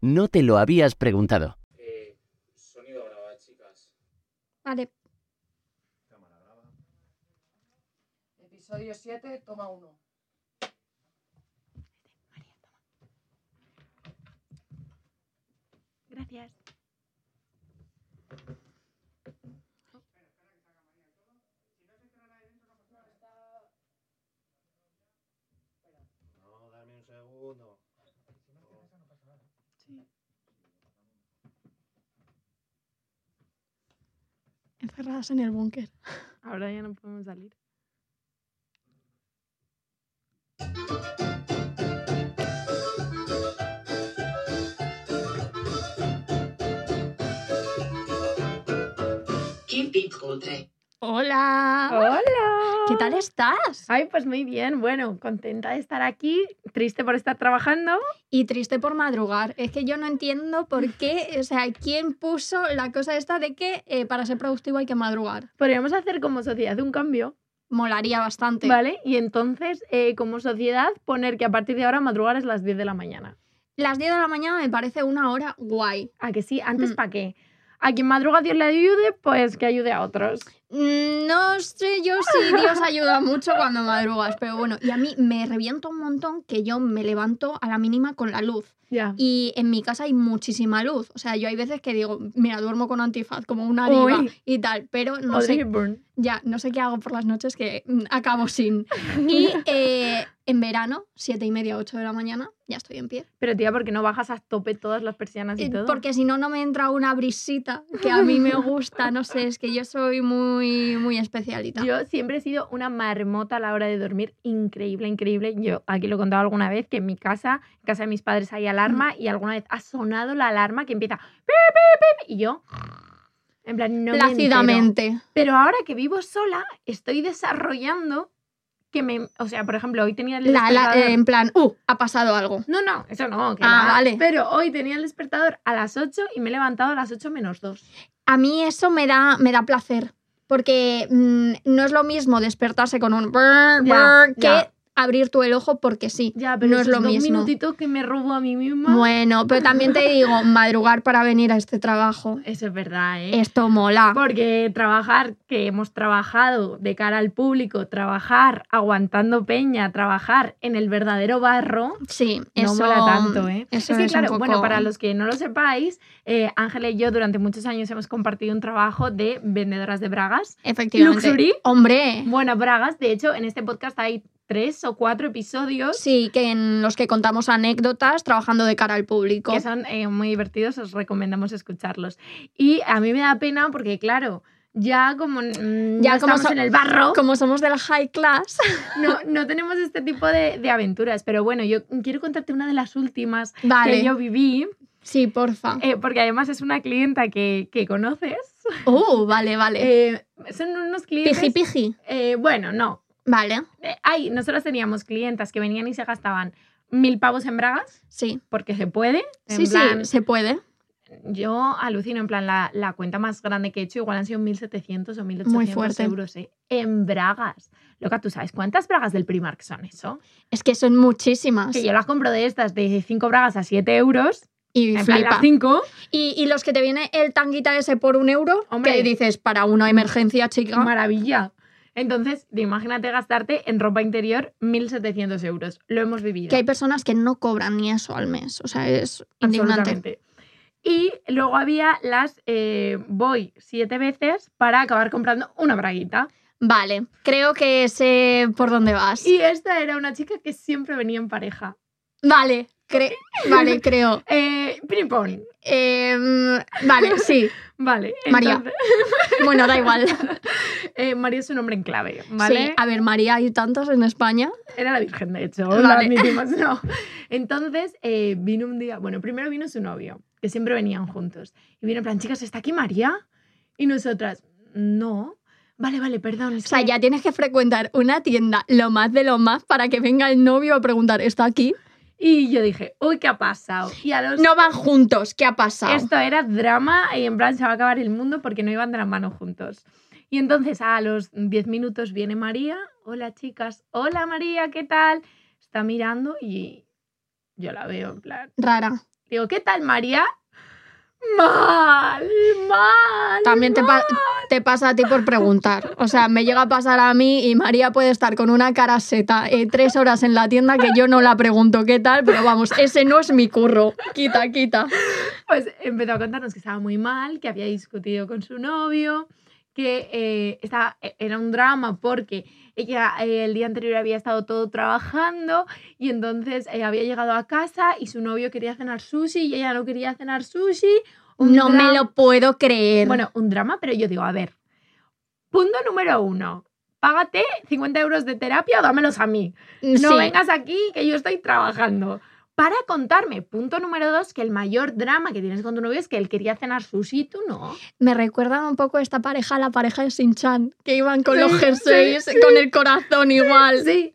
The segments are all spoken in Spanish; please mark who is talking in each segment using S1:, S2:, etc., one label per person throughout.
S1: No te lo habías preguntado.
S2: Eh, sonido grabado, chicas.
S3: Vale.
S4: Episodio 7, toma 1.
S3: Gracias.
S2: No, dame un segundo.
S3: Encerradas en el búnker.
S5: Ahora ya no podemos salir. Ah,
S3: ¡Hola!
S5: ¡Hola!
S3: ¿Qué tal estás?
S5: Ay, pues muy bien. Bueno, contenta de estar aquí, triste por estar trabajando.
S3: Y triste por madrugar. Es que yo no entiendo por qué, o sea, quién puso la cosa esta de que eh, para ser productivo hay que madrugar.
S5: Podríamos hacer como sociedad un cambio,
S3: Molaría bastante.
S5: ¿vale? Y entonces, eh, como sociedad, poner que a partir de ahora madrugar es las 10 de la mañana.
S3: Las 10 de la mañana me parece una hora guay.
S5: ¿A que sí? ¿Antes
S3: Mm.
S5: para qué? A quien madruga Dios le ayude, pues que ayude a otros.
S3: Mm, No sé yo si Dios ayuda mucho cuando madrugas, pero bueno. Y a mí me revienta un montón que yo me levanto a la mínima con la luz.
S5: Ya.
S3: Y en mi casa hay muchísima luz. O sea, yo hay veces que digo, mira, duermo con antifaz, como una diva
S5: Uy.
S3: y tal. Pero no
S5: Audrey
S3: sé
S5: Hepburn.
S3: Ya, no sé qué hago por las noches que mm, acabo sin. Y eh, en verano, siete y media, 8 de la mañana, ya estoy en pie.
S5: Pero tía, ¿por qué no bajas a tope todas las persianas y
S3: Eh,
S5: todo?
S3: Porque si no, no me entra una brisita que a mí me gusta, no sé, es que yo soy muy, muy especialita.
S5: Yo siempre he sido una marmota a la hora de dormir, increíble, increíble. Yo aquí lo he contado alguna vez que en mi casa, en casa de mis padres hay alarma y alguna vez ha sonado la alarma que empieza "Pip, pip, pip", y yo en plan no me entero.
S3: Plácidamente.
S5: Pero ahora que vivo sola, estoy desarrollando que me, o sea, por ejemplo, hoy tenía el
S3: La- la-
S5: despertador-
S3: eh, en plan, uh, ha pasado algo.
S5: No, no, eso no. que
S3: Ah,
S5: va.
S3: vale.
S5: Pero hoy tenía el despertador a las 8 y me he levantado a las 8 menos 2.
S3: A mí eso me da, me da placer, porque mm, no es lo mismo despertarse con un brr,
S5: Ya,
S3: brr, que
S5: ya.
S3: abrir tú el ojo porque sí.
S5: Ya, pero
S3: No es
S5: esos
S3: lo
S5: dos
S3: mismo.
S5: minutitos que me robo a mí misma.
S3: Bueno, pero también te digo, madrugar para venir a este trabajo.
S5: Eso es verdad, ¿eh?
S3: Esto mola.
S5: Porque trabajar, que hemos trabajado de cara al público, trabajar aguantando peña, trabajar en el verdadero barro,
S3: Sí,
S5: no
S3: eso
S5: mola tanto, ¿eh?
S3: eso
S5: es que,
S3: es un
S5: claro,
S3: poco-
S5: bueno, para los que no lo sepáis, eh, Ángela y yo durante muchos años hemos compartido un trabajo de vendedoras de bragas.
S3: Efectivamente.
S5: Luxury.
S3: Hombre.
S5: Bueno, bragas, de hecho, en este podcast hay tres o cuatro episodios
S3: Sí, que en los que contamos anécdotas trabajando de cara al público.
S5: que son eh, muy divertidos, os recomendamos escucharlos. Y a mí me da pena porque, claro, ya como mm,
S3: Ya
S5: no
S3: como
S5: estamos
S3: so-
S5: en el barro,
S3: Como somos del high class.
S5: no, no tenemos este tipo de, de aventuras, pero bueno, yo quiero contarte una de las últimas
S3: Vale.
S5: que yo viví,
S3: Sí, porfa.
S5: eh, porque además es una clienta que, que conoces.
S3: Uh, vale, vale.
S5: Eh, son unos clientes...
S3: piji, piji.
S5: eh, bueno, no.
S3: Vale.
S5: Eh, ay, nosotros teníamos clientas que venían y se gastaban mil pavos en bragas,
S3: Sí.
S5: porque se puede. en
S3: sí,
S5: plan,
S3: sí, se puede.
S5: Yo alucino, en plan, la, la cuenta más grande que he hecho igual han sido 1.700 o 1.800
S3: Muy fuerte.
S5: euros ¿eh? en bragas. Loca, ¿tú sabes cuántas bragas del Primark son eso?
S3: Es que son muchísimas.
S5: Que yo las compro de estas de 5 bragas a 7 euros.
S3: Y
S5: En plan,
S3: flipa.
S5: las 5.
S3: Y, y los que te viene el tanguita ese por un euro,
S5: Hombre.
S3: que dices, para una emergencia, chica.
S5: Maravilla. Entonces, te imagínate gastarte en ropa interior 1.700 euros. Lo hemos vivido.
S3: que hay personas que no cobran ni eso al mes. O sea, es indignante.
S5: Absolutamente. Y luego había las eh, voy siete veces para acabar comprando una braguita.
S3: Vale, creo que sé por dónde vas.
S5: Y esta era una chica que siempre venía en pareja.
S3: Vale, Cre- vale, creo.
S5: Eh, Pinipón.
S3: Em, vale, sí.
S5: Vale.
S3: María.
S5: entonces-
S3: Bueno, da igual.
S5: Eh, María es un nombre en clave, ¿vale?
S3: Sí, a ver, María, hay tantos en España.
S5: Era la virgen, de hecho.
S3: Vale.
S5: la admitimos, no. Entonces eh, vino un día, bueno, primero vino su novio, que siempre venían juntos. Y vino en plan, chicas, ¿está aquí María? Y nosotras, no. Vale, vale, perdón. es
S3: O sea,
S5: que-
S3: ya tienes que frecuentar una tienda lo más de lo más para que venga el novio a preguntar, ¿está aquí?
S5: Y yo dije, uy, ¿qué ha pasado? Y a los...
S3: No van juntos, ¿qué ha pasado?
S5: Esto era drama y en plan se va a acabar el mundo porque no iban de la mano juntos. Y entonces a los 10 minutos viene María. Hola chicas, hola María, ¿qué tal? Está mirando y yo la veo en plan.
S3: Rara.
S5: Digo, ¿qué tal María? Mal, mal.
S3: También te, pa- te pasa a ti por preguntar. O sea, me llega a pasar a mí y María puede estar con una cara seta eh, tres horas en la tienda que yo no la pregunto qué tal, pero vamos, ese no es mi curro. Quita, quita.
S5: Pues empezó a contarnos que estaba muy mal, que había discutido con su novio, que eh, estaba, e- era un drama porque ella eh, el día anterior había estado todo trabajando y entonces eh, había llegado a casa y su novio quería cenar sushi y ella no quería cenar sushi. Un
S3: No me
S5: dra-
S3: lo puedo creer.
S5: Bueno, un drama, pero yo digo, a ver, punto número uno. Págate 50 euros de terapia o dámelos a mí. No
S3: Mm, Sí.
S5: vengas aquí que yo estoy trabajando. Para contarme, punto número dos, que el mayor drama que tienes con tu novio es que él quería cenar sushi y tú no.
S3: Me recuerda un poco a esta pareja, la pareja de Sinchan, que iban con los
S5: Sí,
S3: jerseys,
S5: sí, sí.
S3: con el corazón igual.
S5: Sí,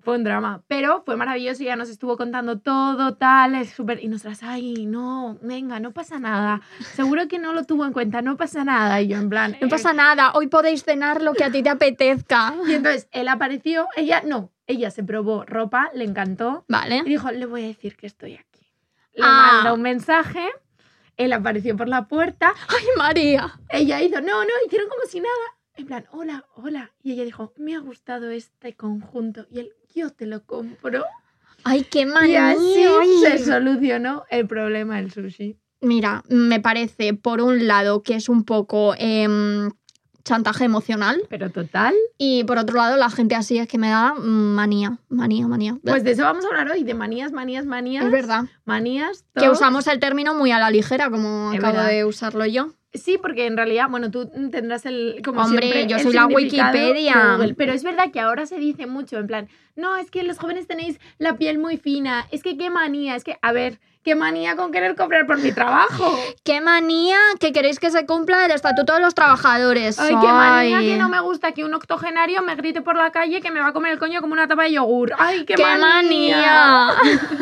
S5: fue un drama, pero fue maravilloso. Ya nos estuvo contando todo, tal, es súper. Y nosotras, ay, no, venga, no pasa nada. Seguro que no lo tuvo en cuenta, no pasa nada. Y yo, en plan.
S3: No pasa nada, hoy podéis cenar lo que a ti te apetezca.
S5: Y entonces él apareció, ella no, ella se probó ropa, le encantó.
S3: Vale.
S5: Y dijo, le voy a decir que estoy aquí. Le
S3: Ah.
S5: mandó un mensaje, él apareció por la puerta,
S3: Ay, María.
S5: ella hizo, no, no, hicieron como si nada. En plan, hola, hola. Y ella dijo, me ha gustado este conjunto. Y él, yo te lo compro.
S3: Ay, qué
S5: Y
S3: manía.
S5: así
S3: Ay.
S5: se solucionó el problema del sushi.
S3: Mira, me parece, por un lado, que es un poco em, chantaje emocional.
S5: Pero total,
S3: Y por otro lado, la gente así es que me da mm, manía, manía, manía.
S5: pues de eso vamos a hablar hoy, de manías, manías, manías.
S3: es verdad.
S5: Manías.
S3: Que
S5: top.
S3: usamos el término muy a la ligera, como
S5: Es
S3: acabo
S5: verdad.
S3: de usarlo yo.
S5: Sí, porque en realidad, bueno, tú tendrás el. Como
S3: Hombre,
S5: siempre,
S3: yo
S5: el
S3: soy la
S5: significado de
S3: Wikipedia.
S5: Google. Pero es verdad que ahora se dice mucho, en plan, no, es que los jóvenes tenéis la piel muy fina, es que qué manía, es que, a ver, qué manía con querer comprar por mi trabajo.
S3: ¡Qué manía que queréis que se cumpla el Estatuto de los Trabajadores!
S5: Ay, qué manía
S3: Ay.
S5: que no me gusta que un octogenario me grite por la calle que me va a comer el coño como una tapa de yogur. Ay, qué,
S3: ¡Qué manía!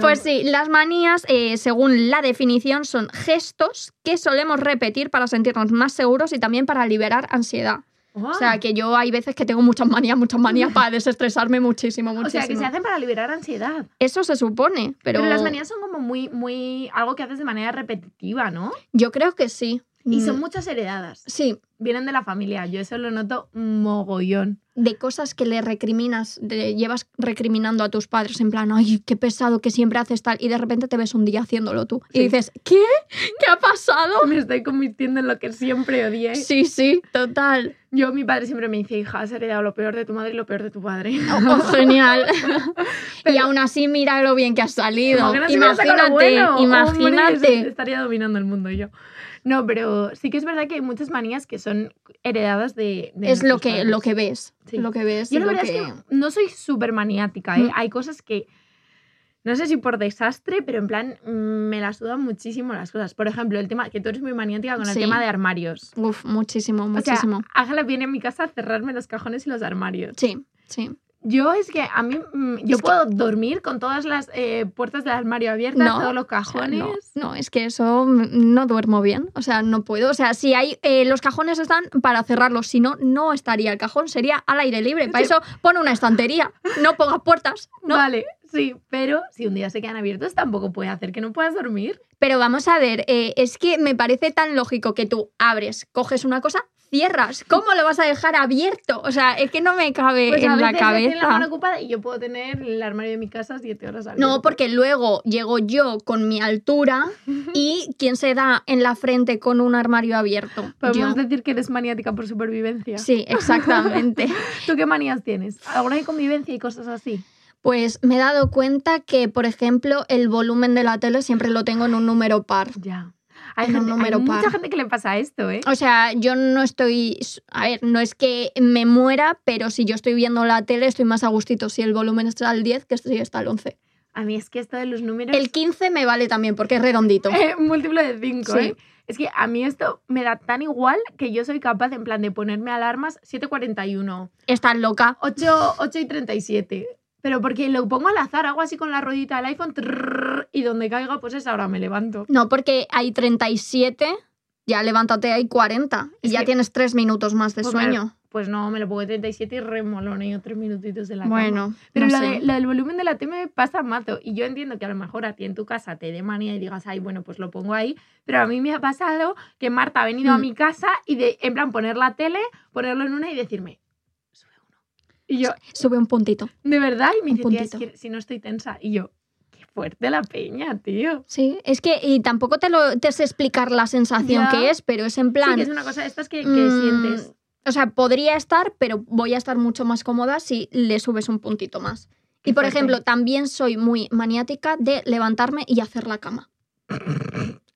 S3: Pues sí, las manías, eh, según la definición, son gestos que solemos repetir para sentirnos más seguros y también para liberar ansiedad.
S5: Ah.
S3: O sea, que yo hay veces que tengo muchas manías, muchas manías para desestresarme muchísimo,
S5: o
S3: muchísimo.
S5: sea, que se hacen para liberar ansiedad.
S3: Eso se supone, pero,
S5: Pero... las manías son como muy, muy. algo que haces de manera repetitiva, ¿no?
S3: yo creo que sí.
S5: Y
S3: Mm,
S5: son muchas heredadas.
S3: Sí,
S5: vienen de la familia. Yo eso lo noto mogollón.
S3: de cosas que le recriminas, le llevas recriminando a tus padres en plan, ay, qué pesado que siempre haces tal, y de repente te ves un día haciéndolo tú.
S5: Sí.
S3: Y dices, ¿qué? ¿Qué ha pasado?
S5: Me estoy convirtiendo en lo que siempre odié.
S3: Sí, sí, total.
S5: Yo, mi padre siempre me dice, hija, has heredado lo peor de tu madre y lo peor de tu padre.
S3: Oh, genial. y
S5: Pero-
S3: aún así, mira lo bien que has salido.
S5: Imagínate si hubiera sacado lo
S3: Imagínate,
S5: bueno. Hombre,
S3: imagínate.
S5: estaría dominando el mundo yo. No, pero sí que es verdad que hay muchas manías que son heredadas de... de
S3: es lo
S5: nuestros
S3: que,
S5: padres.
S3: lo que ves.
S5: Sí.
S3: Lo que ves.
S5: Yo
S3: y
S5: la
S3: lo
S5: verdad
S3: que-
S5: es que no soy súper maniática, ¿eh?
S3: Mm.
S5: Hay cosas que, no sé si por desastre, pero en plan mm, me las sudan muchísimo las cosas. Por ejemplo, el tema, que tú eres muy maniática con el
S3: Sí.
S5: tema de armarios.
S3: Uf, muchísimo, muchísimo.
S5: O sea, Ángela viene a mi casa a cerrarme los cajones y los armarios.
S3: sí, sí.
S5: Yo es que a mí, mm,
S3: Es
S5: yo
S3: que-
S5: puedo dormir con todas las eh, puertas del armario abiertas,
S3: No,
S5: todos los
S3: O sea,
S5: cajones.
S3: no, no, es que eso mm, no duermo bien. O sea, no puedo. O sea, si hay. eh, los cajones están para cerrarlos. Si no, no estaría el cajón. Sería al aire libre. Para
S5: Sí.
S3: eso pon una estantería. No pongas puertas. ¿no?
S5: Vale, sí, pero si un día se quedan abiertos tampoco puede hacer que no puedas dormir.
S3: Pero vamos a ver, eh, es que me parece tan lógico que tú abres, coges una cosa, cierras. ¿Cómo lo vas a dejar abierto? O sea, es que no me cabe
S5: Pues a
S3: Eh, en la
S5: veces yo tengo la mano
S3: cabeza.
S5: ocupada y yo puedo tener el armario de mi casa siete horas abierto.
S3: No, porque luego llego yo con mi altura y quien se da en la frente con un armario abierto.
S5: Podemos
S3: Yo.
S5: decir que eres maniática por supervivencia.
S3: Sí, exactamente.
S5: ¿Tú qué manías tienes? ¿Alguna de convivencia y cosas así?
S3: Pues me he dado cuenta que, por ejemplo, el volumen de la tele siempre lo tengo en un número par.
S5: Ya. Hay,
S3: En un
S5: gente- hay
S3: número
S5: mucha
S3: par.
S5: gente que le pasa esto, ¿eh?
S3: O sea, yo no estoy. A ver, no es que me muera, pero si yo estoy viendo la tele, estoy más a gustito si el volumen está al 10 que si está al 11.
S5: A mí es que esto de los números...
S3: El 15 me vale también porque es redondito.
S5: Eh, múltiplo de 5,
S3: Sí.
S5: ¿eh? Es que a mí esto me da tan igual que yo soy capaz, en plan, de ponerme alarmas 7.41,
S3: Estás loca.
S5: 8, 8 y 37. Pero porque lo pongo al azar, hago así con la ruedita del iPhone trrr, y donde caiga, pues es ahora me levanto.
S3: No, porque hay 37, ya levántate, hay 40 y
S5: Es
S3: ya
S5: que-
S3: tienes 3 minutos más de
S5: Pues claro,
S3: sueño.
S5: Pues no, me lo pongo 37 y remoloneo tres minutitos de la cama.
S3: Bueno,
S5: Pero
S3: no
S5: lo,
S3: sé.
S5: de- lo del volumen de la tele me pasa mazo. Y yo entiendo que a lo mejor a ti en tu casa te dé manía y digas, ay, bueno, pues lo pongo ahí. Pero a mí me ha pasado que Marta ha venido a
S3: Mm.
S5: mi casa y de, en plan poner la tele, ponerlo en una y decirme, sube uno. Y yo,
S3: Sube un puntito.
S5: de verdad, y me
S3: Un
S5: dice, "Tía, es
S3: puntito.
S5: que si no estoy tensa. Y yo, qué fuerte la peña, tío.
S3: Sí, es que y tampoco te, lo, te sé explicar la sensación
S5: Ya.
S3: que es, pero es en
S5: Sí,
S3: plan,
S5: que es una cosa de estas que, que
S3: Mm,
S5: sientes.
S3: o sea, podría estar, pero voy a estar mucho más cómoda si le subes un puntito más.
S5: Qué
S3: Y por
S5: fuerte.
S3: ejemplo, también soy muy maniática de levantarme y hacer la cama.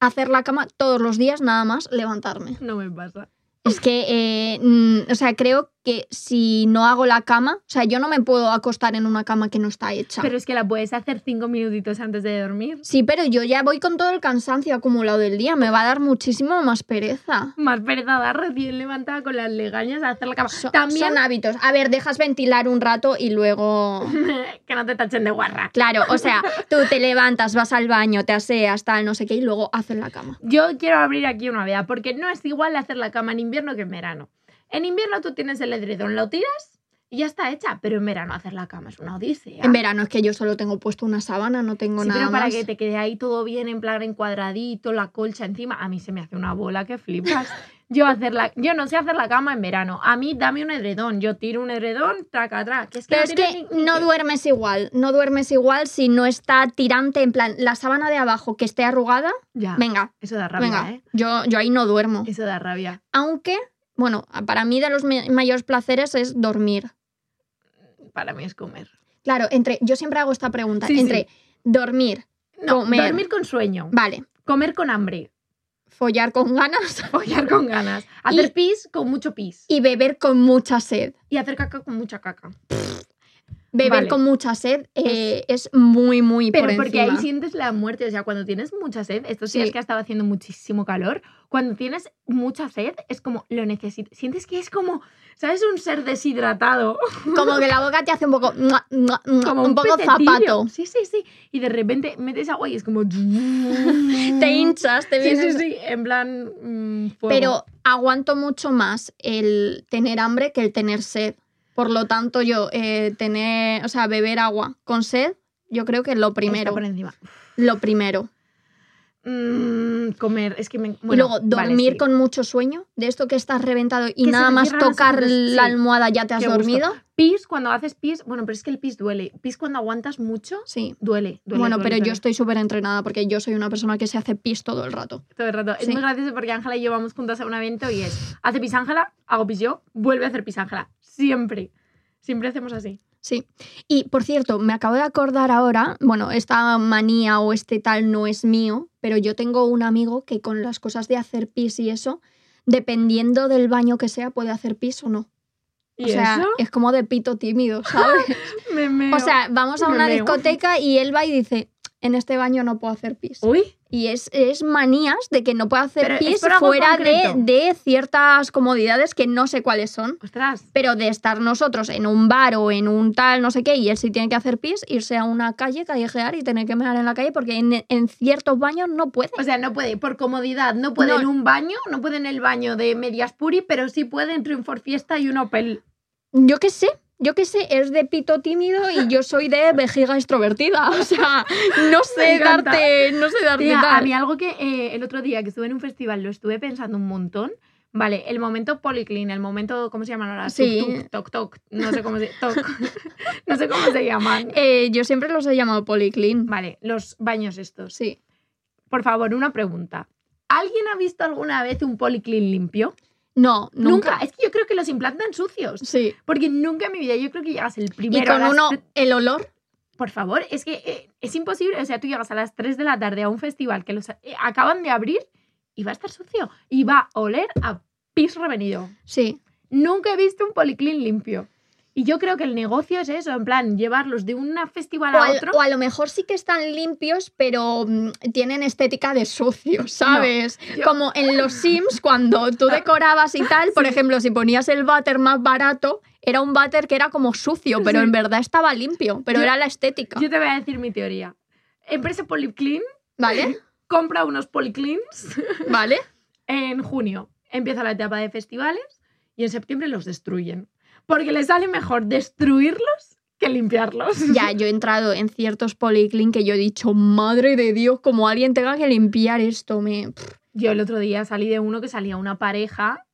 S3: Hacer la cama todos los días, nada más levantarme.
S5: No me pasa.
S3: Es que, eh, mm, o sea, creo que si no hago la cama, o sea, yo no me puedo acostar en una cama que no está hecha.
S5: Pero es que la puedes hacer cinco minutitos antes de dormir.
S3: Sí, pero yo ya voy con todo el cansancio acumulado del día, me va a dar muchísimo más pereza.
S5: Más verdad, recién levantada con las legañas a hacer la cama.
S3: So-
S5: También
S3: son hábitos. A ver, dejas ventilar un rato y luego...
S5: que no te tachen de guarra.
S3: Claro, o sea, tú te levantas, vas al baño, te aseas, tal, no sé qué, y luego haces la cama.
S5: Yo quiero abrir aquí una vea, porque no es igual hacer la cama en invierno que en verano. En invierno tú tienes el edredón, lo tiras y ya está hecha, pero en verano hacer la cama es una odisea.
S3: En verano es que yo solo tengo puesto una sábana, no tengo
S5: Sí,
S3: nada
S5: pero para
S3: más.
S5: que te quede ahí todo bien, en plan encuadradito, la colcha encima, a mí se me hace una bola que flipas. Yo, hacer la, yo no sé hacer la cama en verano. A mí dame un edredón, yo tiro un edredón, traca, atrás. Que es que
S3: Pero
S5: no
S3: es
S5: tiene
S3: que
S5: ni-
S3: no duermes igual, no duermes igual si no está tirante, en plan, la sábana de abajo que esté arrugada,
S5: Ya,
S3: venga,
S5: eso da rabia,
S3: venga,
S5: Ah, ¿eh?
S3: yo, yo ahí no duermo.
S5: Eso da rabia.
S3: Aunque, bueno, para mí de los me- mayores placeres es dormir.
S5: Para mí es comer.
S3: Claro, entre, yo siempre hago esta pregunta,
S5: Sí, sí.
S3: entre dormir,
S5: No,
S3: Comer.
S5: dormir con sueño,
S3: vale,
S5: comer con hambre,
S3: follar con ganas
S5: follar con ganas,
S3: Y-
S5: hacer pis con mucho pis
S3: y beber con mucha sed.
S5: y hacer caca con mucha caca.
S3: Beber
S5: Vale. Pues
S3: con mucha sed eh, es, muy, muy
S5: Pero
S3: por
S5: porque ahí
S3: encima.
S5: sientes la muerte, o sea, cuando tienes mucha sed, estos días
S3: Sí.
S5: que ha estado haciendo muchísimo calor, cuando tienes mucha sed es como lo necesito, sientes que es como, ¿sabes? Un ser deshidratado,
S3: Como que la boca te hace un poco... mua, mua, mua,
S5: como
S3: un,
S5: un,
S3: poco
S5: pececillo.
S3: zapato.
S5: Sí, sí, sí, y de repente metes agua y es como
S3: Te
S5: te
S3: hinchas, te
S5: Sí, sí,
S3: vienes...
S5: sí, en plan mm, fuego.
S3: Pero aguanto mucho más el tener hambre que el tener sed. Por lo tanto, yo eh, tener... O sea, beber agua con sed, yo creo que es lo
S5: Está
S3: primero.
S5: por encima.
S3: Lo primero.
S5: Mm, comer, es que me.
S3: y
S5: bueno,
S3: luego,
S5: vale,
S3: dormir
S5: sí.
S3: con mucho sueño, de esto que estás reventado y
S5: Que se
S3: nada
S5: te
S3: más
S5: cierran las
S3: tocar
S5: ojos, sí.
S3: la almohada ya te has
S5: Qué gusto.
S3: dormido.
S5: Pis, cuando haces pis. Bueno, pero es que el pis duele. Pis cuando aguantas mucho,
S3: Sí.
S5: duele. duele, ¿eh?
S3: bueno,
S5: duele,
S3: pero
S5: duele.
S3: yo estoy súper entrenada porque yo soy una persona que se hace pis todo el rato.
S5: Todo el rato. Es
S3: Sí.
S5: muy gracioso porque Ángela y yo vamos juntas a un evento y es. Hace pis Ángela, hago pis yo, vuelve a hacer pis Ángela. Siempre. Siempre hacemos así.
S3: Sí. Y por cierto, me acabo de acordar ahora, bueno, esta manía o este tal no es mío, pero yo tengo un amigo que con las cosas de hacer pis y eso, dependiendo del baño que sea, puede hacer pis o no.
S5: ¿Y
S3: o sea,
S5: eso?
S3: es como de pito tímido, ¿sabes?
S5: Me meo.
S3: o sea, vamos a
S5: Me
S3: una
S5: meo.
S3: discoteca y él va y dice, en este baño no puedo hacer pis.
S5: Uy,
S3: Y es, es manías de que no puede hacer
S5: Pero, ¿es
S3: pis
S5: por algo
S3: fuera de,
S5: concreto?
S3: de ciertas comodidades que no sé cuáles son.
S5: ostras.
S3: Pero de estar nosotros en un bar o en un tal, no sé qué, y él sí tiene que hacer pis, irse a una calle, callejear y tener que mear en la calle porque en, en ciertos baños no puede.
S5: O sea, no puede, por comodidad, no puede
S3: No.
S5: en un baño, no puede en el baño de medias puri, pero sí puede entre un Fiesta y un Opel.
S3: Yo qué sé, yo qué sé, es de pito tímido y yo soy de vejiga extrovertida. O sea, no sé
S5: encanta.
S3: darte, no sé darte
S5: Tía,
S3: tal.
S5: a mí algo que eh, el otro día que estuve en un festival lo estuve pensando un montón. Vale, el momento policlin, el momento, ¿cómo se llaman ahora?
S3: Sí.
S5: Tuk, tuk, toc, toc, no sé cómo se, toc. no sé cómo se llaman.
S3: Eh, yo siempre los he llamado policlin.
S5: Vale, los baños estos.
S3: Sí.
S5: Por favor, una pregunta. ¿Alguien ha visto alguna vez un policlin limpio?
S3: No, nunca.
S5: Es que yo creo que los implantan sucios.
S3: Sí.
S5: Porque nunca en mi vida, yo creo que llegas el
S3: Y
S5: primero. a
S3: con
S5: las
S3: uno,
S5: tre-
S3: el olor.
S5: Por favor, es que eh, es imposible. O sea, tú llegas a las 3 de la tarde a un festival que los eh, acaban de abrir y va a estar sucio. Y va a oler a pis revenido.
S3: Sí.
S5: Nunca he visto un policlín limpio. Y yo creo que el negocio es eso, en plan, llevarlos de un festival
S3: O,
S5: a
S3: al-
S5: otro.
S3: o a lo mejor sí que están limpios, pero mm, tienen estética de sucio, ¿sabes?
S5: yo-
S3: Como en los Sims, cuando tú decorabas y tal, por ejemplo, si ponías el váter más barato, era un váter que era como sucio, pero
S5: Sí.
S3: en verdad estaba limpio, pero
S5: Yo-
S3: era la estética,
S5: Yo te voy a decir mi teoría. Empresa Policlín
S3: ¿vale?
S5: compra unos Policlins
S3: ¿Vale?
S5: en junio. Empieza la etapa de festivales y en septiembre los destruyen. Porque les sale mejor destruirlos que limpiarlos.
S3: Ya, yo he entrado en ciertos policlin que yo he dicho, madre de Dios, como alguien tenga que limpiar esto, me... pff,
S5: Yo el otro día salí de uno que salía una pareja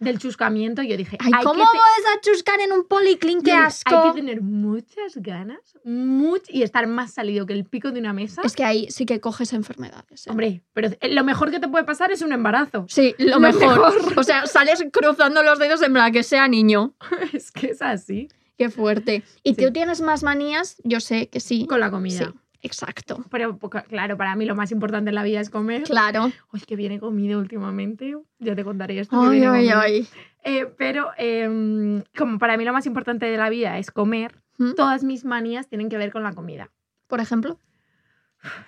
S5: del chuscamiento y yo dije,
S3: Ay,
S5: "Hay que
S3: ¿cómo
S5: te-
S3: puedes achuscar en un policlin? ¡Qué
S5: Yo dije,
S3: asco!
S5: Hay que tener muchas ganas much- y estar más salido que el pico de una mesa.
S3: Es que ahí sí que coges enfermedades. ¿eh?
S5: Hombre, pero lo mejor que te puede pasar es un embarazo.
S3: Sí, lo,
S5: Lo
S3: mejor.
S5: mejor.
S3: O sea, sales cruzando los dedos en plan que sea niño.
S5: Es que es así.
S3: Qué fuerte. ¿Y
S5: Sí.
S3: tú tienes más manías? Yo sé que sí.
S5: Con la comida.
S3: Sí, exacto.
S5: Pero poca- claro, para mí lo más importante en la vida es comer.
S3: Claro.
S5: Uy, que viene comida últimamente. Ya te contaré esto. que
S3: Ay,
S5: viene
S3: ay,
S5: comida.
S3: ay.
S5: Eh, pero em, como para mí lo más importante de la vida es comer,
S3: ¿Mm?
S5: todas mis manías tienen que ver con la comida.
S3: Por ejemplo.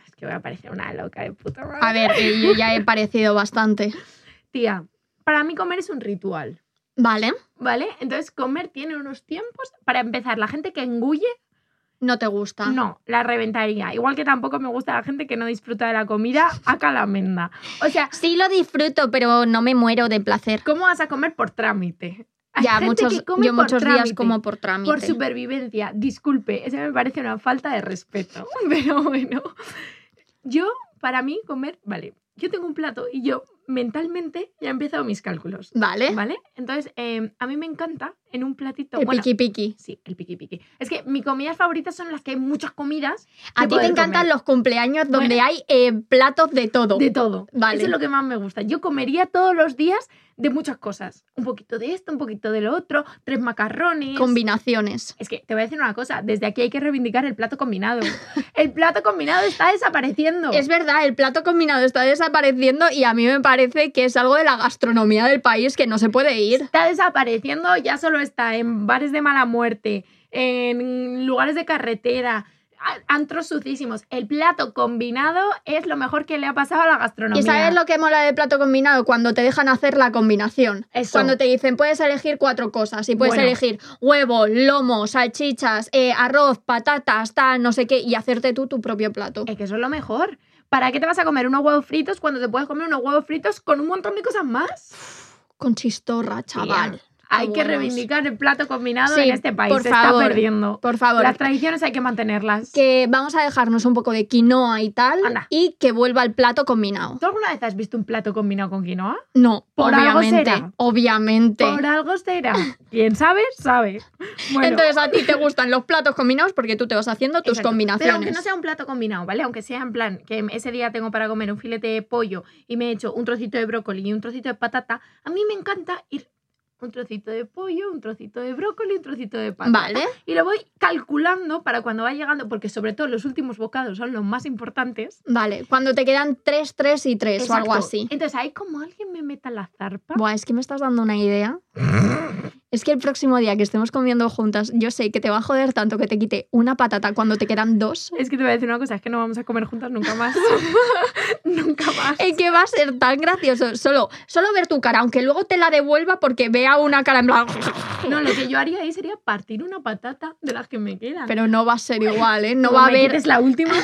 S5: Es que voy a parecer una loca de puta madre.
S3: A ver, eh, yo ya he parecido bastante.
S5: Tía, para mí comer es un ritual.
S3: Vale.
S5: ¿Vale? Entonces, comer tiene unos tiempos. Para empezar, la gente que engulle,
S3: No te gusta.
S5: no, la reventaría. Igual que tampoco me gusta la gente que no disfruta de la comida a calamenda. O sea,
S3: Sí lo disfruto, pero no me muero de placer.
S5: ¿cómo vas a comer por trámite? Hay
S3: Ya,
S5: gente
S3: muchos,
S5: que come
S3: yo
S5: por
S3: muchos días
S5: trámite,
S3: como por trámite.
S5: Por supervivencia. Disculpe, esa me parece una falta de respeto. Pero bueno. Yo, para mí, comer, vale, yo tengo un plato y yo mentalmente ya he empezado mis cálculos.
S3: Vale.
S5: ¿Vale? Entonces, eh, a mí me encanta en un platito.
S3: El
S5: bueno,
S3: piqui piqui.
S5: Sí, el piqui piqui. Es que mis comidas favoritas son las que hay muchas comidas
S3: A
S5: de
S3: ti te
S5: poder
S3: encantan
S5: comer.
S3: los cumpleaños donde
S5: Bueno.
S3: hay eh, platos de todo.
S5: de todo.
S3: Vale.
S5: Eso es lo que más me gusta. Yo comería todos los días de muchas cosas. Un poquito de esto, un poquito de lo otro, tres macarrones.
S3: Combinaciones.
S5: es que te voy a decir una cosa, desde aquí hay que reivindicar el plato combinado. El plato combinado está desapareciendo.
S3: Es verdad, el plato combinado está desapareciendo y a mí me parece que es algo de la gastronomía del país que no se puede ir.
S5: Está desapareciendo, ya solo está en bares de mala muerte, en lugares de carretera, a- antros sucísimos. El plato combinado es lo mejor que le ha pasado a la gastronomía.
S3: ¿Y sabes lo que mola del plato combinado? Cuando te dejan hacer la combinación.
S5: Eso.
S3: Cuando te dicen, puedes elegir cuatro cosas y puedes
S5: Bueno.
S3: elegir huevo, lomo, salchichas, eh, arroz, patatas, tal, no sé qué, y hacerte tú tu propio plato.
S5: Es que eso es lo mejor. ¿Para qué te vas a comer unos huevos fritos cuando te puedes comer unos huevos fritos con un montón de cosas más?
S3: Con chistorra, chaval.
S5: Tía, Hay
S3: qué
S5: que
S3: buenos.
S5: reivindicar el plato combinado
S3: Sí,
S5: en este país.
S3: por
S5: Se está
S3: favor.
S5: perdiendo.
S3: Por favor,
S5: Las tradiciones hay que mantenerlas.
S3: que vamos a dejarnos un poco de quinoa y tal
S5: Anda.
S3: y que vuelva el plato combinado.
S5: ¿Tú alguna vez has visto un plato combinado con quinoa?
S3: No,
S5: Por algo
S3: obviamente,
S5: será.
S3: obviamente.
S5: Por algo será. Quien sabe, sabe. Bueno,
S3: Entonces a ti te gustan los platos combinados porque tú te vas haciendo tus
S5: exacto.
S3: combinaciones.
S5: Pero aunque no sea un plato combinado, ¿vale? Aunque sea en plan que ese día tengo para comer un filete de pollo y me he hecho un trocito de brócoli y un trocito de patata, a mí me encanta ir un trocito de pollo, un trocito de brócoli, un trocito de patata.
S3: Vale,
S5: Y lo voy calculando para cuando va llegando, porque sobre todo los últimos bocados son los más importantes.
S3: vale. Cuando te quedan tres, tres y tres o algo
S5: Exacto.
S3: así.
S5: Entonces ahí como alguien me meta la zarpa.
S3: Buah, es que me estás dando una idea. Es que el próximo día que estemos comiendo juntas, yo sé que te va a joder tanto que te quite una patata cuando te quedan dos.
S5: Es que te voy a decir una cosa, es que no vamos a comer juntas nunca más. nunca más.
S3: Es que va a ser tan gracioso. Solo, solo ver tu cara, aunque luego te la devuelva porque vea una cara en blanco.
S5: No, lo que yo haría ahí sería partir una patata de las que me quedan.
S3: Pero no va a ser igual, ¿eh? No
S5: Como
S3: va a
S5: me
S3: haber
S5: quites la última.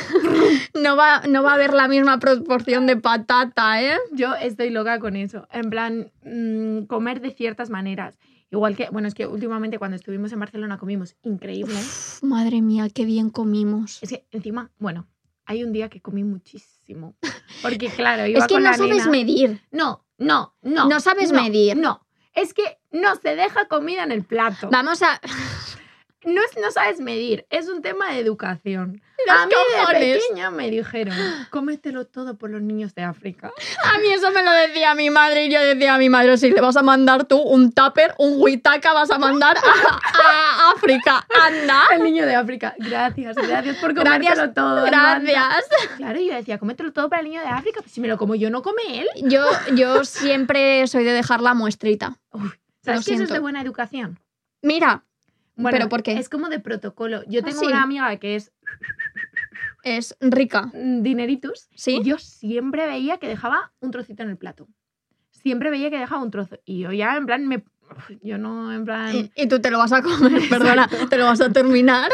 S3: No va, no va a haber la misma proporción de patata, ¿eh?
S5: Yo estoy loca con eso. En plan, mm, comer de ciertas maneras. Igual que, bueno, es que últimamente cuando estuvimos en Barcelona comimos increíble.
S3: Uf, madre mía, qué bien comimos.
S5: Es que encima, bueno, hay un día que comí muchísimo. Porque claro, iba
S3: Es que
S5: con
S3: no
S5: la
S3: sabes
S5: nena.
S3: medir.
S5: No, no, no.
S3: No sabes medir.
S5: No. Es que no se deja comida en el plato.
S3: Vamos a.
S5: no, es, no sabes medir, es un tema de educación.
S3: Los
S5: a mí de
S3: cojones.
S5: pequeña me dijeron, cómetelo todo por los niños de África.
S3: A mí eso me lo decía mi madre y yo decía a mi madre, si le vas a mandar tú un tupper, un huitaca, vas a mandar a, a África. Anda.
S5: El niño de África, gracias, gracias por comértelo
S3: Gracias,
S5: todo. Amanda".
S3: Gracias.
S5: Claro, yo decía, cómetelo todo para el niño de África, pues si me lo como yo, no come él.
S3: Yo, yo siempre soy de dejar la muestrita.
S5: ¿Sabes
S3: Lo
S5: que eso es
S3: siento.
S5: de buena educación?
S3: Mira, ¿Pero por qué?
S5: Es como de protocolo. Yo
S3: Ah,
S5: tengo
S3: sí.
S5: una amiga que es
S3: es rica.
S5: mm, dineritus y
S3: ¿Sí?
S5: yo siempre veía que dejaba un trocito en el plato. Siempre veía que dejaba un trozo. Y yo ya, en plan, me... Yo no, en plan...
S3: Y, y tú te lo vas a comer,
S5: Exacto.
S3: perdona, te lo vas a terminar.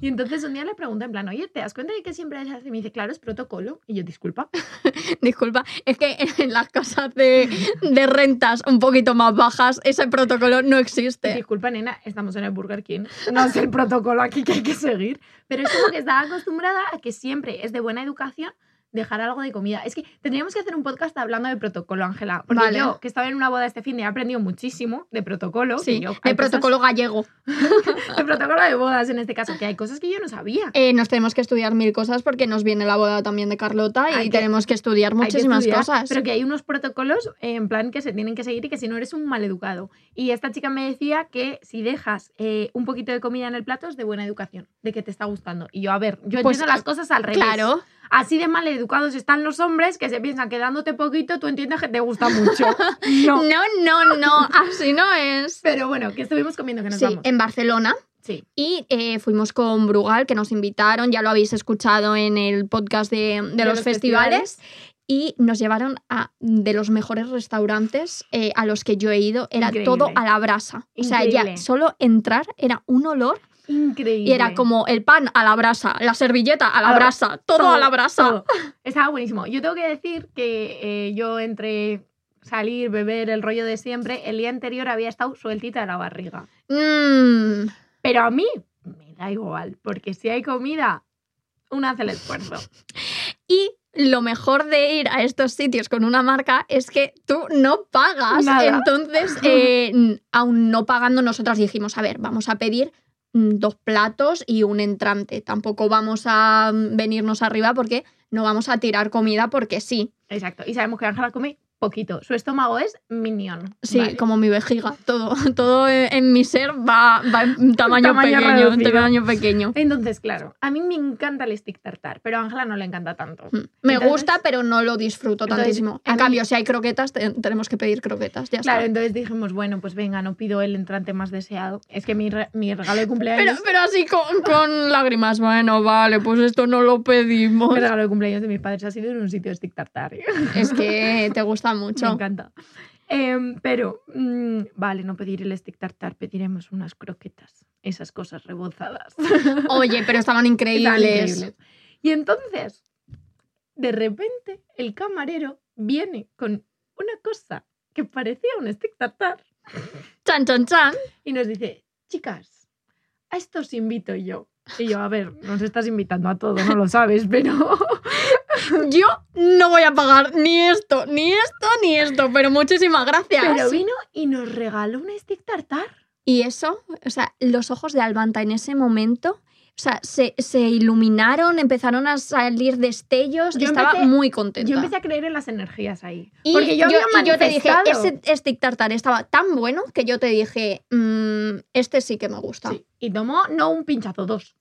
S5: Y entonces un día le pregunto, en plan, oye, ¿te das cuenta de que siempre es así? Y me dice, claro, es protocolo. Y yo, disculpa.
S3: Disculpa, es que en las casas de, de rentas un poquito más bajas ese protocolo no existe.
S5: Disculpa, nena, estamos en el Burger King. No es el protocolo aquí que hay que seguir. Pero es como que estaba acostumbrada a que siempre es de buena educación dejar algo de comida. Es que tendríamos que hacer un podcast hablando de protocolo, Ángela. Porque
S3: Vale.
S5: yo, que estaba en una boda este fin de he aprendido muchísimo de protocolo. que
S3: Sí,
S5: yo- hay
S3: el
S5: cosas-
S3: protocolo gallego.
S5: de protocolo de bodas en este caso, que hay cosas que yo no sabía.
S3: Eh, nos tenemos que estudiar mil cosas porque nos viene la boda también de Carlota y
S5: Hay que-
S3: tenemos que estudiar
S5: Hay que
S3: muchísimas
S5: estudiar,
S3: cosas.
S5: Pero que hay unos protocolos eh, en plan que se tienen que seguir y que si no eres un maleducado. Y esta chica me decía que si dejas eh, un poquito de comida en el plato es de buena educación, de que te está gustando. Y yo, a ver, yo
S3: Pues,
S5: entiendo las cosas al revés.
S3: Claro,
S5: Así de maleducados están los hombres que se piensan que dándote poquito tú entiendes que te gusta mucho. No.
S3: no, no, no, así no es.
S5: Pero bueno, que estuvimos comiendo, que nos
S3: Sí, em,
S5: vamos.
S3: en Barcelona
S5: Sí.
S3: y eh, fuimos con Brugal, que nos invitaron, ya lo habéis escuchado en el podcast de, de los, festivales. y nos llevaron a de los mejores restaurantes eh, a los que yo he ido. Era
S5: Increíble.
S3: todo a la brasa. O sea, ya
S5: Increíble.
S3: solo entrar era un olor
S5: Increíble.
S3: y era como el pan a la brasa, la servilleta a la
S5: A la-
S3: brasa, todo, a la brasa.
S5: todo. Ah, Estaba buenísimo. Yo tengo que decir que eh, yo entre salir, beber, el rollo de siempre, el día anterior había estado sueltita de la barriga.
S3: Mm,
S5: Pero a mí me da igual, porque si hay comida, uno hace el esfuerzo.
S3: Y lo mejor de ir a estos sitios con una marca es que tú no pagas.
S5: Nada.
S3: Entonces, eh, n- aún no pagando, nosotras dijimos, a ver, vamos a pedir mm, dos platos y un entrante. Tampoco vamos a mm, venirnos arriba porque no vamos a tirar comida porque sí.
S5: Exacto. Y sabemos que Ángela come poquito. Su estómago es minión.
S3: Sí,
S5: ¿vale?
S3: como mi vejiga, todo, todo en mi ser va, va en tamaño,
S5: Tamaño
S3: pequeño,
S5: reducido.
S3: tamaño pequeño.
S5: Entonces, claro, a mí me encanta el stick tartar, pero a Ángela no le encanta tanto.
S3: Mm. Me
S5: Entonces-
S3: gusta, pero no lo disfruto
S5: Entonces,
S3: tantísimo.
S5: a
S3: En
S5: mí-
S3: cambio, si hay croquetas, te- tenemos que pedir croquetas, ya
S5: Claro,
S3: está.
S5: entonces dijimos, bueno, pues venga, no pido el entrante más deseado. Es que mi, re- mi regalo de cumpleaños...
S3: Pero, pero así con, con lágrimas, bueno, vale, pues esto no lo pedimos.
S5: El regalo de cumpleaños de mis padres ha sido en un sitio de stick tartar. ¿eh?
S3: Es que te gusta
S5: Me
S3: mucho.
S5: encanta. Em, pero, mm, vale, no pedir el stick tartar, pediremos unas croquetas. Esas cosas rebozadas.
S3: Oye, pero estaban
S5: Estaban
S3: increíbles.
S5: increíbles. Y entonces, de repente, el camarero viene con una cosa que parecía un stick tartar
S3: Chan, chan, chan.
S5: y nos dice, chicas, a esto os invito yo. Y yo, a ver, nos estás invitando a todo, no lo sabes, pero...
S3: Yo no voy a pagar ni esto, ni esto, ni esto, pero muchísimas gracias.
S5: Pero vino y nos regaló un stick tartar.
S3: Y eso, o sea, los ojos de Albanta en ese momento, o sea, se, se iluminaron, empezaron a salir destellos.
S5: Yo
S3: estaba
S5: empecé-
S3: muy contenta.
S5: Yo empecé a creer en las energías ahí.
S3: y
S5: porque yo,
S3: yo,
S5: había
S3: y yo te dije,
S5: manifestado-
S3: ese stick tartar estaba tan bueno que yo te dije, "Mm, este sí que me gusta.
S5: Sí, Y tomó, no un pinchazo, dos.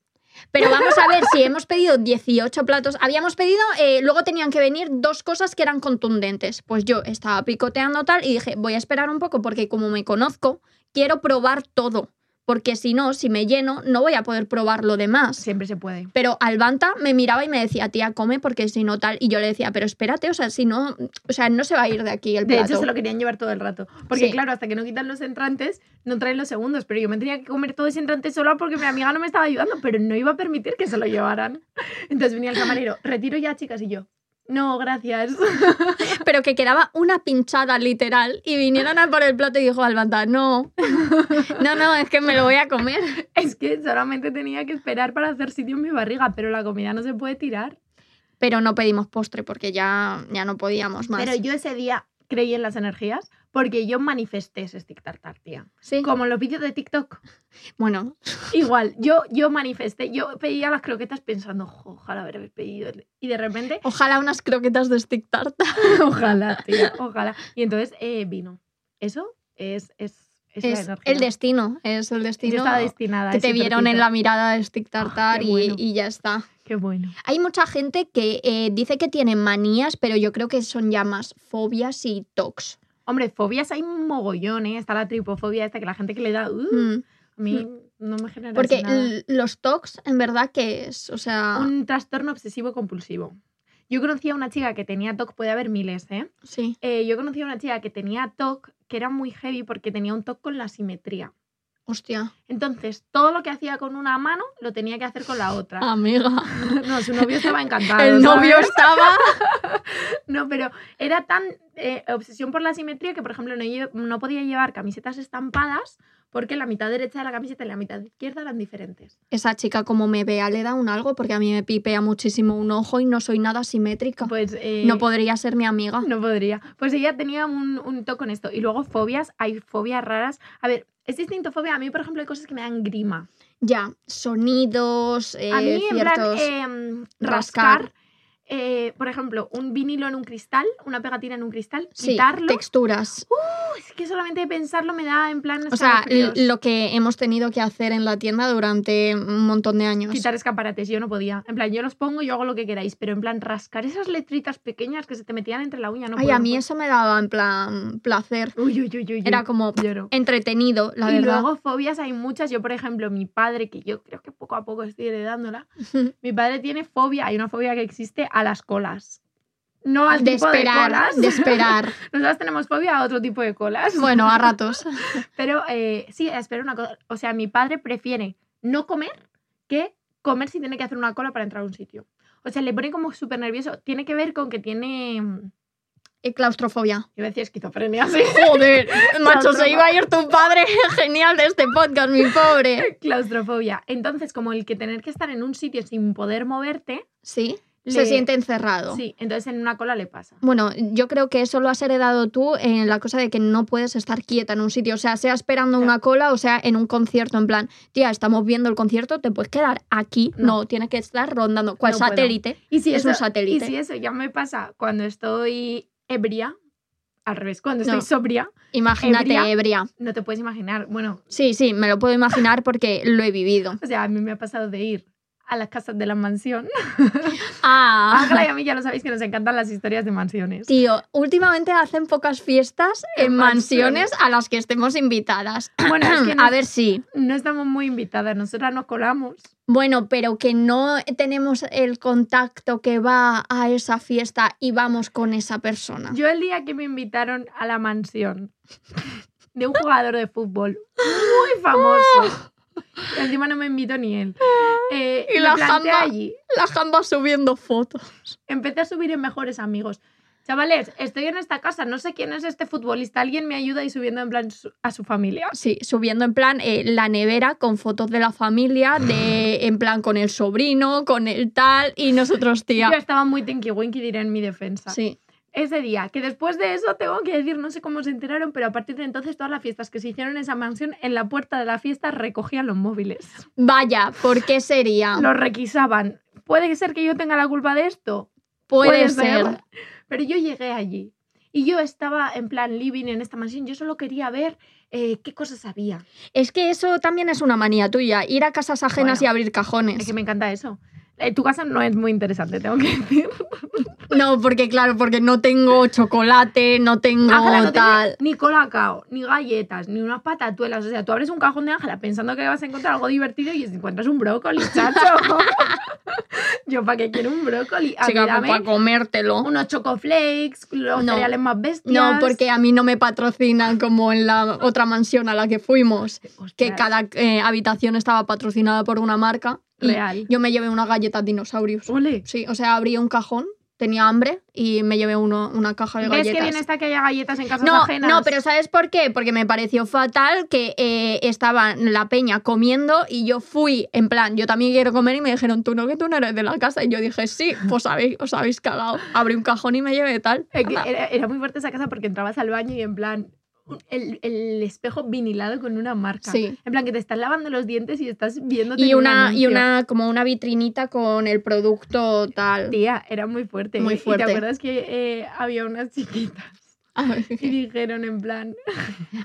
S3: Pero vamos a ver si hemos pedido 18 platos. Habíamos pedido, eh, luego tenían que venir dos cosas que eran contundentes. Pues yo estaba picoteando tal y dije, voy a esperar un poco porque como me conozco, quiero probar todo. Porque si no, si me lleno, no voy a poder probar lo demás.
S5: Siempre se puede.
S3: Pero Albanta me miraba y me decía, tía, come porque si no tal. Y yo le decía, pero espérate, o sea, si no, o sea, no se va a ir de aquí el
S5: De
S3: plato.
S5: hecho, se lo querían llevar todo el rato. Porque,
S3: Sí.
S5: claro, hasta que no quitan los entrantes, no traen los segundos. Pero yo me tenía que comer todo ese entrante sola porque mi amiga no me estaba ayudando, pero no iba a permitir que se lo llevaran. Entonces venía el camarero, retiro ya, chicas, y yo. No, gracias.
S3: Pero que quedaba una pinchada literal y vinieron a por el plato y dijo Albanta, no, no, no, es que me lo voy a comer.
S5: Es que solamente tenía que esperar para hacer sitio en mi barriga, pero la comida no se puede tirar.
S3: Pero no pedimos postre porque ya, ya no podíamos más.
S5: Pero yo ese día creí en las energías Porque yo manifesté ese stick tartar, tía.
S3: Sí.
S5: Como los vídeos de TikTok.
S3: Bueno,
S5: Igual, yo, yo manifesté, yo pedía las croquetas pensando, "Jo, ojalá haber pedido. el-". Y de repente,
S3: ojalá unas croquetas de stick tarta.
S5: ojalá, tía, ojalá. Y entonces eh, vino. Eso es, es, es la
S3: Es
S5: energía.
S3: el destino, es el
S5: Yo
S3: destino
S5: estaba destinada a
S3: que te
S5: ese
S3: vieron en
S5: trocito.
S3: la mirada de stick tartar
S5: qué
S3: y-
S5: bueno.
S3: y ya está.
S5: Qué bueno.
S3: Hay mucha gente que eh, dice que tiene manías, pero yo creo que son ya más fobias y tocs.
S5: Hombre, fobias hay un mogollón, ¿eh? Está la tripofobia esta que la gente que le da... "Uh",
S3: Mm.
S5: A mí no me genera
S3: Porque
S5: así nada.
S3: l- los tocs, en verdad, que es, o sea,
S5: Un trastorno obsesivo compulsivo. Yo conocí a una chica que tenía TOC, puede haber miles, ¿eh?
S3: sí.
S5: Eh, Yo conocí a una chica que tenía TOC, que era muy heavy porque tenía un TOC con la simetría.
S3: Hostia,
S5: Entonces, todo lo que hacía con una mano lo tenía que hacer con la otra.
S3: amiga.
S5: No, su novio estaba encantado.
S3: Ah. El novio
S5: ¿sabes?
S3: estaba.
S5: No, pero era tan eh, obsesión por la simetría que, por ejemplo, no, lle- no podía llevar camisetas estampadas porque la mitad derecha de la camiseta y la mitad izquierda eran diferentes.
S3: Esa chica, como me vea, le da un algo, porque a mí me pipea muchísimo un ojo y no soy nada simétrica.
S5: Pues, eh,
S3: No podría ser mi amiga.
S5: No podría. Pues ella tenía un, un toque con esto. Y luego fobias, hay fobias raras. A ver, es distinto fobia. A mí, por ejemplo, hay cosas que me dan grima.
S3: Ya, sonidos, eh,
S5: a mí, en plan,
S3: ciertos.
S5: em, rascar.
S3: rascar.
S5: eh, por ejemplo, un vinilo en un cristal, una pegatina en un cristal,
S3: sí,
S5: quitarlo.
S3: texturas.
S5: Uh, es que solamente de pensarlo me da en plan.
S3: O sea,
S5: escalofríos.
S3: l- lo que hemos tenido que hacer en la tienda durante un montón de años.
S5: Quitar escaparates, yo no podía. En plan, yo los pongo, yo hago lo que queráis, pero en plan, rascar esas letritas pequeñas que se te metían entre la uña, no
S3: Ay,
S5: puedo,
S3: a
S5: no
S3: mí
S5: puedo.
S3: eso me daba en plan placer.
S5: Uy, uy, uy, uy, uy,
S3: Era como
S5: Lloro.
S3: entretenido, la
S5: y
S3: verdad.
S5: luego fobias hay muchas. Yo, por ejemplo, mi padre, que yo creo que poco a poco estoy heredándola, mi padre tiene fobia, hay una fobia que existe a las colas. No al
S3: de
S5: tipo de
S3: esperar,
S5: colas.
S3: de esperar.
S5: Nosotros tenemos fobia a otro tipo de colas.
S3: Bueno, a ratos.
S5: Pero eh, sí, espera una cosa. O sea, mi padre prefiere no comer que comer si tiene que hacer una cola para entrar a un sitio. O sea, le pone como súper nervioso. Tiene que ver con que tiene. mm,
S3: Y Eh, claustrofobia.
S5: Iba a decir esquizofrenia, sí.
S3: Joder, macho,
S5: Claustrofobia.
S3: se iba a ir tu padre genial de este podcast, mi pobre.
S5: Claustrofobia. Entonces, como el que tener que estar en un sitio sin poder moverte.
S3: Sí,
S5: le-
S3: se siente encerrado.
S5: Sí, entonces en una cola le pasa.
S3: Bueno, yo creo que eso lo has heredado tú en la cosa de que no puedes estar quieta en un sitio, o sea, sea esperando
S5: Ya.
S3: una cola o sea en un concierto, en plan, tía, estamos viendo el concierto, te puedes quedar aquí,
S5: No.
S3: no, tienes que estar rondando, cual
S5: No puedo.
S3: satélite?
S5: Y si
S3: Es
S5: eso,
S3: un satélite.
S5: Y si eso ya me pasa cuando estoy ebria, al revés, cuando estoy
S3: No.
S5: sobria,
S3: Imagínate,
S5: Ebria.
S3: ebria.
S5: no te puedes imaginar. Bueno,
S3: Sí, sí, me lo puedo imaginar porque lo he vivido.
S5: o sea, a mí me ha pasado de ir a las casas de la mansión. Ángela y
S3: Ah,
S5: a mí ya lo sabéis que nos encantan las historias de mansiones.
S3: tío, últimamente hacen pocas fiestas
S5: En
S3: en mansiones
S5: mansiones.
S3: a las que estemos invitadas.
S5: Bueno, es que no,
S3: A ver si.
S5: no estamos muy invitadas, nosotras nos colamos.
S3: Bueno, pero que no tenemos el contacto que va a esa fiesta y vamos con esa persona.
S5: Yo el día que me invitaron a la mansión de un jugador de fútbol muy famoso, encima no me invitó ni él, eh,
S3: Y
S5: me
S3: la
S5: planté
S3: jamba.
S5: allí.
S3: La jamba subiendo fotos.
S5: Empecé a subir en mejores amigos. Chavales, estoy en esta casa, no sé quién es este futbolista, alguien me ayuda y subiendo en plan su- a su familia.
S3: Sí, subiendo en plan eh, la nevera con fotos de la familia, de en plan con el sobrino, con el tal y nosotros,
S5: Yo
S3: tía.
S5: estaba muy tinky winky, diré en mi defensa.
S3: Sí.
S5: Ese día, que después de eso tengo que decir, no sé cómo se enteraron, pero a partir de entonces todas las fiestas que se hicieron en esa mansión, en la puerta de la fiesta recogían los móviles.
S3: Vaya, ¿por qué sería?
S5: Los requisaban. Puede ser que yo tenga la culpa de esto,
S3: Puede,
S5: Puede
S3: ser.
S5: ser. Pero yo llegué allí y yo estaba en plan living en esta mansión. Yo solo quería ver eh, qué cosas había.
S3: Es que eso también es una manía tuya, ir a casas ajenas
S5: Bueno,
S3: y abrir
S5: Es
S3: cajones.
S5: que me encanta eso. Eh, tu casa no es muy interesante, tengo que decir.
S3: No, porque claro, porque no tengo chocolate, no tengo
S5: Ángela no tenía
S3: tal.
S5: ni colacao, ni galletas, ni unas patatuelas. O sea, tú abres un cajón de Ángela pensando que vas a encontrar algo divertido y encuentras un brócoli, chacho. yo, ¿para qué quiero un brócoli? A mí
S3: Chica,
S5: dame
S3: para comértelo.
S5: unos chocoflakes, los
S3: No.
S5: cereales más bestias.
S3: No, porque a mí no me patrocinan como en la otra mansión a la que fuimos, que
S5: Ostras,
S3: cada eh, habitación estaba patrocinada por una marca. Y
S5: Real.
S3: yo me llevé una galleta dinosaurios.
S5: Ole.
S3: Sí, o sea, abrí un cajón, tenía hambre y me llevé uno- una caja de
S5: ¿Ves
S3: galletas.
S5: que bien está que haya galletas en casas
S3: No,
S5: ajenas?
S3: no, pero ¿sabes por qué? Porque me pareció fatal que eh, estaba la peña comiendo y yo fui, en plan, yo también quiero comer y me dijeron, tú no, que tú no eres de la casa. Y yo dije, sí, pues habéis, os habéis cagado. Abrí un cajón y me llevé tal.
S5: Eh, que Era, era muy fuerte esa casa porque entrabas al baño y en plan, el, el espejo vinilado con una marca.
S3: Sí.
S5: En plan, que te estás lavando los dientes y estás viendo
S3: Y una, y una, como una vitrinita con el producto tal.
S5: Tía, era muy fuerte.
S3: Muy
S5: ¿Y
S3: fuerte.
S5: te acuerdas que eh, había unas chiquitas y dijeron en plan...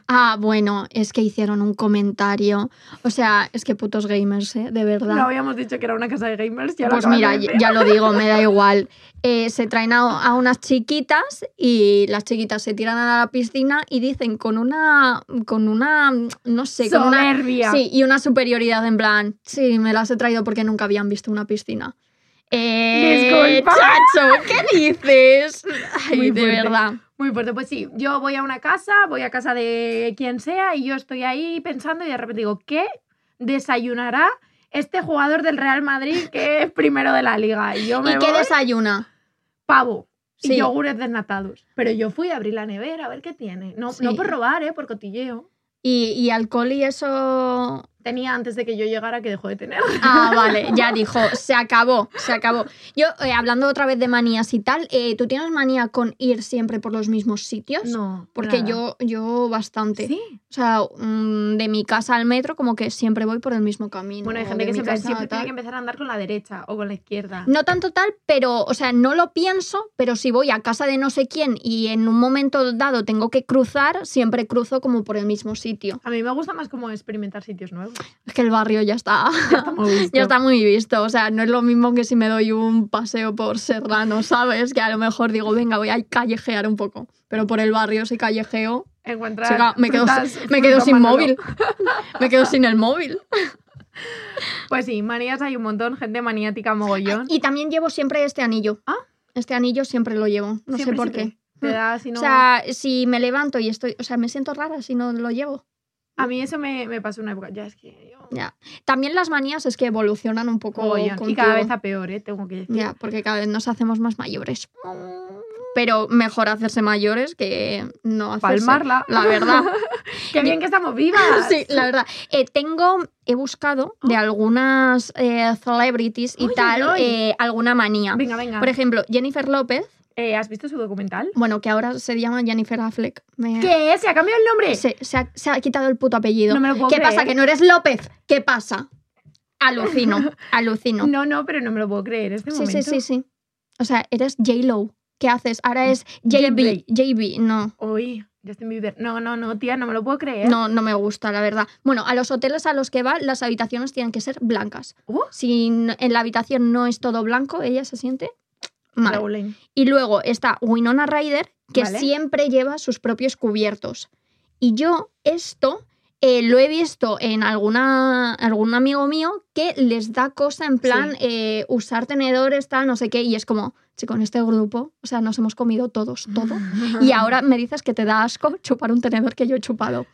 S3: Ah, bueno, es que hicieron un comentario. O sea, es que putos gamers, ¿eh? De verdad.
S5: No habíamos dicho que era una casa de gamers. Ya lo
S3: Pues
S5: acaban de
S3: mira,
S5: decir.
S3: ya, ya lo digo, me da igual. Eh, se traen a, a unas chiquitas y las chiquitas se tiran a la piscina y dicen con una, con una, no sé, con una...
S5: Soberbia.
S3: Sí, y una superioridad en plan, sí, me las he traído porque nunca habían visto una piscina. Eh,
S5: Disculpa.
S3: Chacho, ¿qué dices? Ay,
S5: Muy
S3: de
S5: fuerte.
S3: verdad.
S5: Muy fuerte, pues sí, yo voy a una casa, voy a casa de quien sea y yo estoy ahí pensando y de repente digo, ¿qué desayunará este jugador del Real Madrid que es primero de la liga? Y yo me
S3: ¿Y qué
S5: voy,
S3: desayuna?
S5: pavo y
S3: Sí.
S5: yogures desnatados. Pero yo fui a abrir la nevera a ver qué tiene. No,
S3: Sí.
S5: no por robar, ¿eh? por cotilleo.
S3: ¿Y, y alcohol y eso
S5: Tenía antes de que yo llegara que dejó de tener.
S3: Ah, vale, ya dijo, se acabó, se acabó. Yo, eh, hablando otra vez de manías y tal, eh, ¿tú tienes manía con ir siempre por los mismos sitios?
S5: No,
S3: Porque
S5: nada.
S3: yo, yo bastante.
S5: Sí.
S3: O sea, mm, de mi casa al metro, como que siempre voy por el mismo camino.
S5: Bueno, hay
S3: o de
S5: gente que
S3: mi
S5: siempre,
S3: casa
S5: siempre
S3: tal.
S5: tiene que empezar a andar con la derecha o con la izquierda.
S3: No tanto tal, pero, o sea, no lo pienso, pero si voy a casa de no sé quién y en un momento dado tengo que cruzar, siempre cruzo como por el mismo sitio.
S5: A mí me gusta más como experimentar sitios nuevos.
S3: Es que el barrio ya está.
S5: Como visto.
S3: Ya está muy visto, o sea, no es lo mismo que si me doy un paseo por Serrano, ¿sabes? Que a lo mejor digo, venga, voy a callejear un poco, pero por el barrio si callejeo,
S5: Encontrar
S3: chica, me quedo,
S5: frutas-
S3: me quedo
S5: frutas
S3: sin
S5: Manolo.
S3: móvil, me quedo sin el móvil.
S5: Pues sí, manías hay un montón, gente maniática mogollón.
S3: Ah, Y también llevo siempre este anillo.
S5: Ah.
S3: Este anillo siempre lo llevo, no
S5: Siempre
S3: sé por
S5: se
S3: qué.
S5: ve. Te da, si no-
S3: O sea, si me levanto y estoy, o sea, me siento rara si no lo llevo.
S5: a mí eso me, me pasó una época. Ya es que yo.
S3: Ya. También las manías es que evolucionan un poco
S5: mogollón. Y
S3: contigo.
S5: cada vez a peor, ¿eh? Tengo que decir.
S3: Ya, porque cada vez nos hacemos más mayores. Pero mejor hacerse mayores que no hacerse.
S5: Palmarla.
S3: La verdad.
S5: ¡Qué bien que estamos vivas!
S3: Sí, la verdad. Eh, tengo, he buscado de algunas eh, celebrities y
S5: Ay,
S3: tal
S5: ay, ay.
S3: eh, alguna manía.
S5: Venga, venga.
S3: Por ejemplo, Jennifer López,
S5: Eh, ¿Has visto su documental?
S3: bueno, que ahora se llama Jennifer Affleck. Me-
S5: ¿Qué? ¿Se ha cambiado el nombre?
S3: Se, se ha, se ha quitado el puto apellido.
S5: No me lo puedo
S3: ¿Qué
S5: creer.
S3: pasa? ¿Que no eres López? ¿Qué pasa? Alucino, alucino.
S5: No, no, pero no me lo puedo creer. Este
S3: Sí,
S5: momento.
S3: sí, sí, sí. O sea, eres J-Lo. ¿Qué haces? Ahora es
S5: J-Blake.
S3: JB. JB, no.
S5: Uy, Justin Bieber. No, no, no, tía, no me lo puedo creer.
S3: No, no me gusta, la verdad. Bueno, a los hoteles a los que va, las habitaciones tienen que ser blancas.
S5: Uh.
S3: Si n- en la habitación no es todo blanco, ella se siente mal.
S5: Rowling.
S3: Y luego está Winona Ryder, que
S5: Vale.
S3: siempre lleva sus propios cubiertos. Y yo esto eh, lo he visto en alguna, algún amigo mío que les da cosa en plan
S5: Sí.
S3: eh, usar tenedores, tal, no sé qué, y es como, chico, en este grupo, o sea, nos hemos comido todos, todo. Y ahora me dices que te da asco chupar un tenedor que yo he chupado.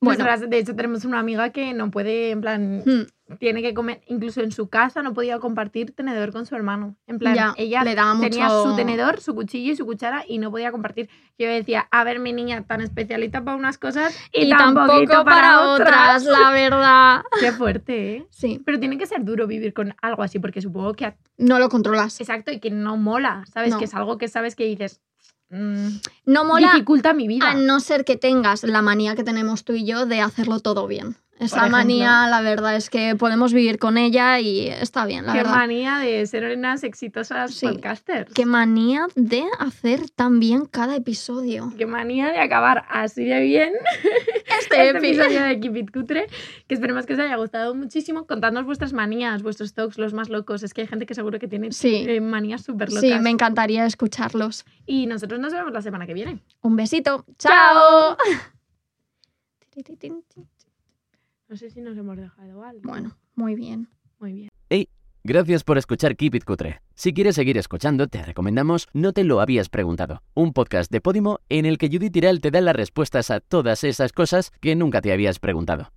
S3: Bueno,
S5: Nosotras, de hecho, tenemos una amiga que no puede, en plan,
S3: mm,
S5: tiene que comer, incluso en su casa no podía compartir tenedor con su hermano. En plan,
S3: ya,
S5: ella
S3: le da mucho...
S5: tenía su tenedor, su cuchillo y su cuchara y no podía compartir. Yo decía, a ver, mi niña, tan especialista para unas cosas y,
S3: Y
S5: tan
S3: tampoco
S5: poquito
S3: para, otras, la verdad.
S5: Qué fuerte, ¿eh?
S3: Sí,
S5: Pero tiene que ser duro vivir con algo así, porque supongo que... a-
S3: no lo controlas.
S5: Exacto, y que no mola, ¿sabes?
S3: No.
S5: Que es algo que sabes que dices... mm,
S3: No mola
S5: Dificulta mi vida.
S3: a no ser que tengas la manía que tenemos tú y yo de hacerlo todo bien. Esa
S5: ejemplo.
S3: manía, la verdad, es que podemos vivir con ella y está bien, la
S5: Qué
S3: verdad.
S5: manía de ser unas exitosas
S3: Sí.
S5: podcasters.
S3: Qué manía de hacer tan bien cada episodio.
S5: Qué manía de acabar así de bien
S3: Este,
S5: este episodio de Keep It Cutre, que esperemos que os haya gustado muchísimo. Contadnos vuestras manías, vuestros talks, los más locos. Es que hay gente que seguro que tiene
S3: Sí.
S5: eh, manías súper locas.
S3: Sí, me encantaría escucharlos.
S5: Y nosotros nos vemos la semana que viene.
S3: Un besito. ¡Chao!
S5: ¡Chao! No sé si nos hemos dejado algo.
S3: Bueno, muy bien.
S5: Muy bien.
S1: Gracias por escuchar Keep It Cutre. Si quieres seguir escuchando, te recomendamos No te lo habías preguntado, un podcast de Podimo en el que Judith Tiral te da las respuestas a todas esas cosas que nunca te habías preguntado.